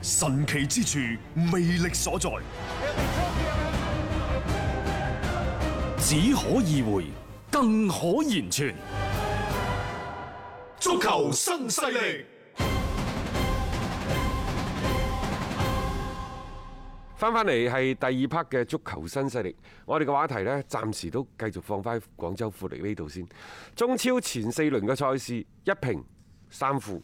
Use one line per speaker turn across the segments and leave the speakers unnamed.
神奇之處，魅力所在，
只可意會，更可言傳。
足球新勢力。
翻翻嚟係第二 part 嘅足球新勢力，我哋嘅話題呢，暫時都繼續放翻廣州富力呢度先。中超前四輪嘅賽事一平三負，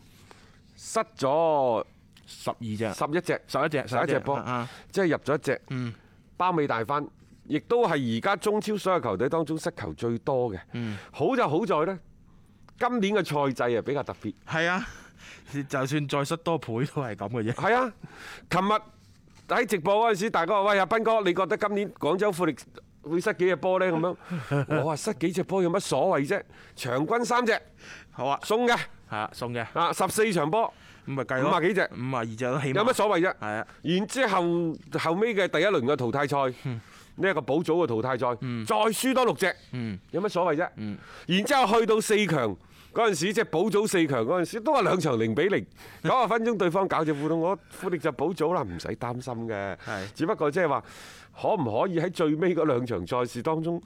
失咗
十二隻，
十一隻，
11隻
十一隻波
啊啊，嗯
即係入咗一隻，包尾大翻，亦都係而家中超所有球隊當中失球最多嘅。
嗯
好就好在呢，今年嘅賽制啊比較特別。
係啊，就算再失多倍都係咁嘅啫。
係啊，琴日喺直播嗰陣時，大家話：喂，阿斌哥，你覺得今年廣州富力會失幾隻波呢？」咁 樣我話失幾隻波有乜所謂啫？場均三隻
好啊，
送嘅
係啊，送嘅，
啊，十四場波
咁咪計
五
咯。
啊幾隻
五啊二隻都起碼。
有乜所謂啫？
係啊，
然之後後尾嘅第一輪嘅淘汰賽。呢一個保組嘅淘汰賽，再輸多六隻，有乜所謂啫？然之後去到四強嗰陣時，即係保組四強嗰陣時，都係兩場零比零，九十分鐘對方搞隻烏龍，我富力就保組啦，唔使擔心嘅
係。
只不過即係話，可唔可以喺最尾嗰兩場賽事當中？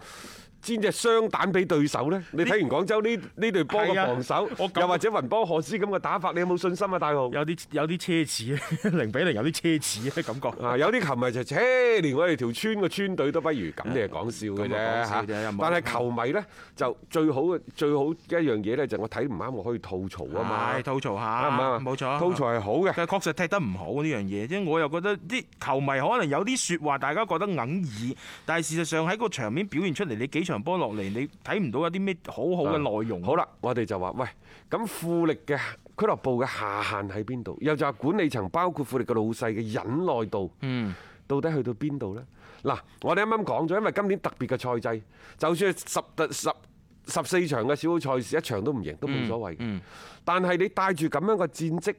煎隻雙蛋俾對手呢？你睇完廣州呢呢隊波嘅
係啊
防守
我，感
又或者雲波賀斯咁嘅打法，你有冇信心啊，大雄？
有啲有啲奢侈，啊 零比零有啲奢侈嘅感覺。
啊！有啲球迷就切，連我哋條村個村隊都不如，咁你係講笑嘅
咁啊
啫
講笑啫
嚇
又冇
但係球迷呢，就最好嘅最好一樣嘢呢，就我睇唔啱，我可以吐槽啊嘛。
係吐槽
啱
下，
唔啱啊？
冇錯，
吐槽係好嘅。
但係確實踢得唔好呢樣嘢，即係我又覺得啲球迷可能有啲説話，大家覺得哽耳，但係事實上喺個場面表現出嚟，你幾場波落嚟，你睇唔到有啲咩好好嘅內容。
啊好啦，我哋就話喂，咁富力嘅俱樂部嘅下限喺邊度？又就係管理層包括富力嘅老細嘅忍耐度，嗯，到底去到邊度呢？嗱，我哋啱啱講咗，因為今年特別嘅賽制，就算係十十十四場嘅小組賽事，一場都唔贏都
嗯
冇所謂嘅。但係你帶住咁樣嘅戰績。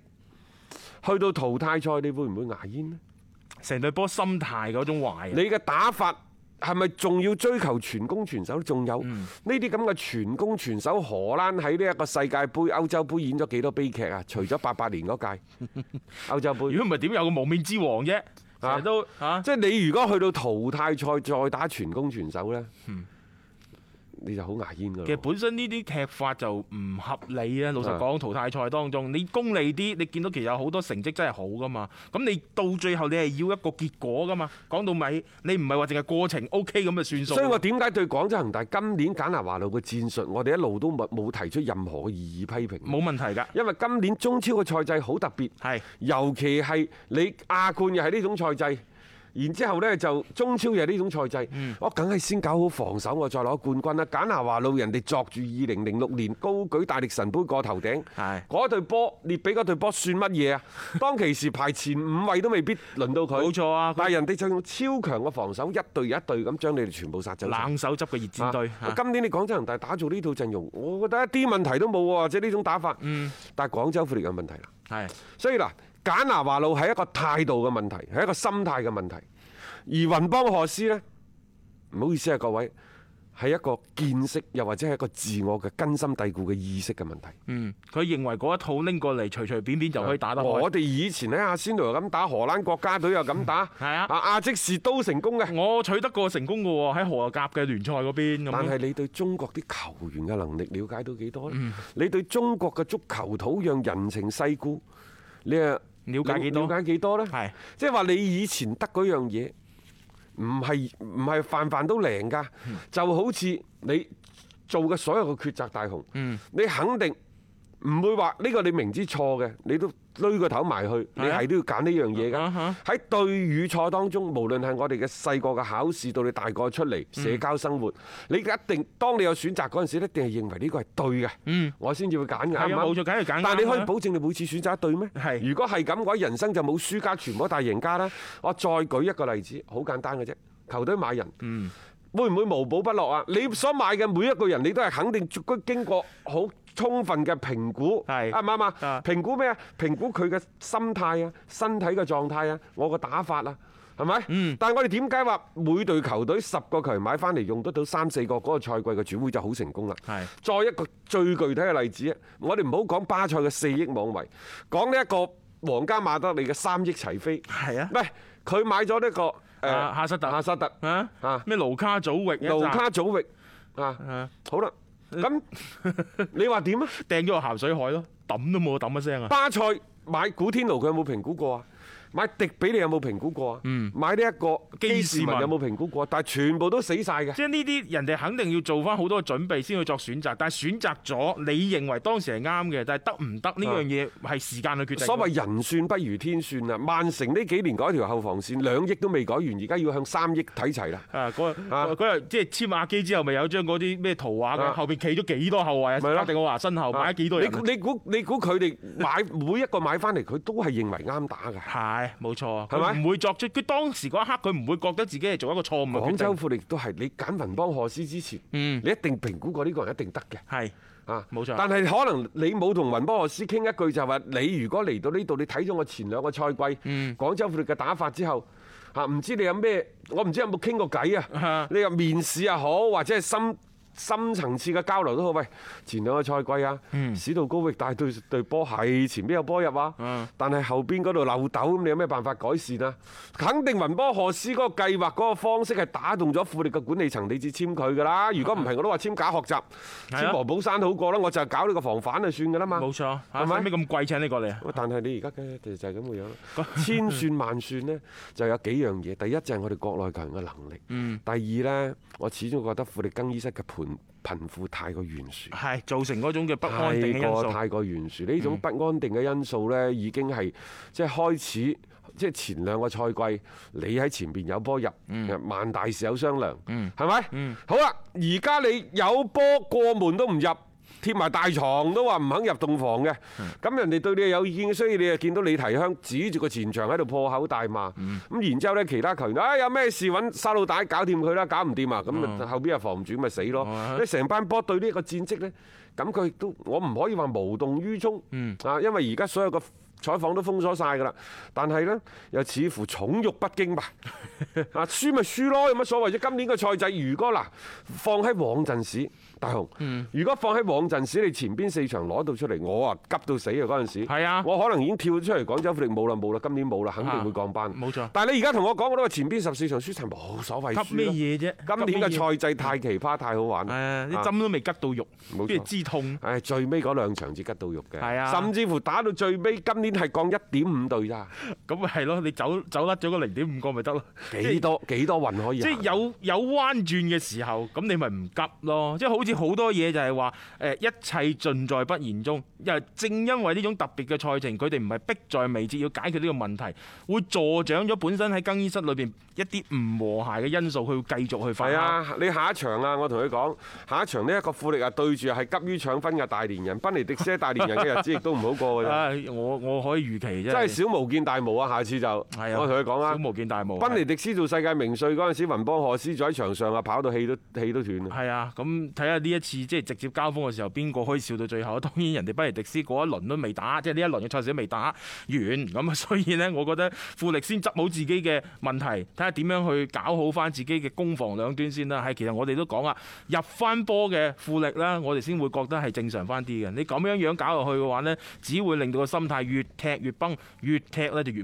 去到淘汰賽，你會唔會牙煙呢？
成隊波心態嗰種壞啊
你，嘅打法係咪仲要追求全攻全守？仲有
嗯
呢啲咁嘅全攻全守，荷蘭喺呢一個世界盃、歐洲盃演咗幾多悲劇啊？除咗八八年 嗰屆歐洲
如
盃，
果唔係點有個無冕之王啫？
啊
成日都啊嚇
即係你如果去到淘汰賽再打全攻全守呢，
嗯
你就好牙煙㗎
其實
啦。
本身呢啲踢法就唔合理啊！老實講，淘汰賽當中，你功利啲，你見到其實有好多成績真係好噶嘛。咁你到最後你係要一個結果噶嘛。講到尾，你唔係話淨係過程 OK 咁就算數。啊
所以我點解對廣州恒大今年簡拿華路嘅戰術，我哋一路都冇冇提出任何嘅異議批評。
冇問題㗎，
因為今年中超嘅賽制好特別，
係
尤其係你亞冠又係呢種賽制，然之後呢，就中超又係呢種賽制，
嗯
我梗係先搞好防守，我再攞冠軍啦。簡拿華路人哋作住二零零六年高舉大力神杯過頭頂
係，
嗰隊波列比嗰隊波算乜 嘢啊？當其時排前五位都未必輪到佢，
冇錯啊佢
但係人哋就用超強嘅防守，一隊又一隊咁將你哋全部殺走晒。
冷手執嘅熱戰隊
啊
嚇
今年你廣州恒大打造呢套陣容，我覺得一啲問題都冇喎，即係呢種打法。但係廣州富力有問題啦，
係
所以嗱，簡拿華路係一個態度嘅問題，係一個心態嘅問題。而雲邦賀斯呢，唔好意思啊，各位。係一個見識，又或者係一個自我嘅根深蒂固嘅意識嘅問題。
嗯，佢認為嗰一套拎過嚟隨隨便便就可以嗯打得
我
開。
哋以前喺阿仙奴又咁打，荷蘭國家隊又咁打，
係啊
阿積士都成 功嘅。
我取得過成功嘅喎，喺荷甲嘅聯賽嗰邊咁
但係
樣。
你對中國啲球員嘅能力了解到幾多
嗯
呢？你對中國嘅足球土壤、人情世故，你啊
了解幾多
了解幾多呢？
係
即係話你以前得嗰樣嘢，唔係唔係泛泛都靈㗎，
嗯
就好似你做嘅所有嘅抉擇大雄，
嗯
你肯定。唔會話呢個你明知錯嘅，你都攣個頭埋去，你
係啊
係都要揀呢樣嘢
啊哈
㗎。喺對與錯當中，無論係我哋嘅細個嘅考試，到你大個出嚟
嗯
社交生活，你一定當你有選擇嗰陣時，一定係認為呢個係對嘅，我先至會揀嘅。
係啊
啱唔啱
冇錯梗係揀啱
但係你可以
啦
保證你每次選擇一對咩？
啊係
如果係咁嘅話，人生就冇輸家，全部都係贏家啦。我再舉一個例子，好簡單嘅啫，球隊買人。
嗯
會唔會無寶不落啊？你所買嘅每一個人，你都係肯定經經過好充分嘅評估，
係
啱唔啱啊
啊？
評估咩啊？評估佢嘅心態啊、身體嘅狀態啊、我個打法啊。係咪？
嗯
但係我哋點解話每隊球隊十個球員買翻嚟用得到三四個嗰個賽季嘅轉會就好成功啦？
係
再一個最具體嘅例子，我哋唔好講巴塞嘅四億網圍，講呢一個皇家馬德里嘅三億齊飛。
係啊
喂，佢買咗呢、個誒、
啊夏薩特
夏薩特
啊
啊
咩盧卡祖域一
盧
扎
卡祖域啊
啊，
好 啦，咁你話點啊？
掟咗個鹹水海咯，抌都冇抌一 聲啊！
巴塞買古天奴，佢有冇評估過啊？買迪比利有冇評估過啊？買呢一個基
嗯基
士
士
文
文
有冇評估過啊？但係全部都死晒嘅。
即係呢啲人哋肯定要做翻好多準備先去作選擇，但係選擇咗你認為當時係啱嘅，但係得唔得呢樣嘢係時間去決定。
啊所謂人算不如天算啊！曼城呢幾年改條後防線，兩億都未改完，而家要向三億睇齊啦。
啊！嗰日
啊
嗰嗰日即係簽亞基之後，咪有張嗰啲咩圖畫
啊
嘅，後邊企咗幾多後衞啊？
咪咯
法定奧華身後擺咗幾多人啊？
你你估你估佢哋買 每一個買翻嚟，佢都係認為啱打
係
㗎。
冇錯，
係咪
佢唔會作出佢當時嗰一刻，佢唔會覺得自己係做一個錯誤嘅
廣
決
州
定。
富力都係你揀雲邦何斯之前，
嗯
你一定評估過呢個人一定得嘅。
係
啊，
冇錯
但係可能你冇同雲波羅斯傾一句就係話，你如果嚟到呢度，你睇咗我前兩個賽季、
嗯
廣州富力嘅打法之後，嚇唔知你有咩？我唔知有冇傾過 偈啊
啊？
你話面試又好，或者係深深層次嘅交流都好。喂，前兩個賽季啊，史道高域帶對對波係前邊有波入啊
嗯，
但係後邊嗰度漏斗，咁你有咩辦法改善啊？肯定雲波何斯嗰個計劃嗰個方式係打動咗富力嘅管理層，你至簽佢㗎啦。如果唔係，我都話簽假學習，
啊係
簽
啊
黃寶山哦好過啦。我就係搞呢個防反就算㗎啦嘛。
冇錯，
啊係
嚇
咪
使咩咁貴請你過嚟啊？
喂但係你而家嘅就係咁嘅樣啦，千算萬算呢，就有幾樣嘢。第一就係我哋國內球員嘅能力，第二呢，我始終覺得富力更衣室嘅貧貧富太過懸殊。
係造成嗰種嘅不安定嘅
太
因
過
素。嗯
太過懸殊，呢種不安定嘅因素呢，已經係即係開始，即係前兩個賽季你喺前邊有波入，
嗯
萬大事有商量，係咪？好啦，而家你有波過門都唔入。貼埋大床都話唔肯入洞房嘅，
嗯
咁人哋對你有意見，所以你就見到李提香指住個前場喺度破口大罵，
嗯
咁然之後呢，其他球員啊、有咩事揾沙老大搞掂佢啦，搞唔掂啊，咁後邊又防唔住咪死咯。
哦
你成班波對呢一個戰績呢，咁佢亦都我唔可以話無動於衷，
嗯
啊，因為而家所有嘅採訪都封鎖晒㗎啦。但係呢，又似乎寵辱不 驚吧？啊，輸咪輸咯，有乜所謂啫？今年嘅賽制，如果嗱放喺往陣時，大雄，
嗯
如果放喺往陣時，你前邊四場攞到出嚟，我啊急到死啊！嗰陣時，
係啊
我可能已經跳咗出嚟，廣州富力冇啦冇啦，今年冇啦，肯定會降班。
啊冇錯
但係你而家同我講，我都話前邊十四場輸晒冇所謂，
急咩嘢啫？
今年
急咩
嘅
嘢
賽制太奇葩，太好玩啦。
誒啲
啊
針都未吉到肉
冇錯，
邊度知痛？
唉，最尾嗰兩場至吉到肉嘅，
係啊
甚至乎打到最尾，今年係降一點五隊咋，
咁咪係咯，你走走甩咗個零點五個咪 得咯。
幾多幾多運可以
即
行？
係有有彎轉嘅時候，咁你咪唔急咯。即係好似好多嘢就係話誒，一切盡在不言中。因為正因為呢種特別嘅賽程，佢哋唔係迫在眉睫要解決呢個問題，會助長咗本身喺更衣室裏邊一啲唔和諧嘅因素，佢會繼續去發
係
酵。
啊，你下一場啊，我同佢講，下一場呢一個富力啊對住係急於搶分嘅大連人，賓尼迪斯大連人嘅日子亦都唔好過嘅 啫，
啊，我我可以預期啫。
真係小巫見大巫啊！下次就
係啊，
我同佢講啊
小，無見大無。
賓尼迪斯做世界名帥嗰陣時，雲邦賀斯就喺場上啊跑到氣都氣都斷啊！
係啊，咁睇下呢一次即係直接交鋒嘅時候，邊個可以笑到最後？當然人哋賓尼迪斯嗰一輪都未打，即係呢一輪嘅賽事都未打完，咁啊，所以呢，我覺得富力先執好自己嘅問題，睇下點樣去搞好翻自己嘅攻防兩端先啦。係，其實我哋都講啊，入翻波嘅富力啦，我哋先會覺得係正常翻啲嘅。你咁樣樣搞落去嘅話呢，只會令到個心態越踢越崩，越踢呢就越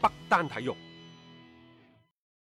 北單體育。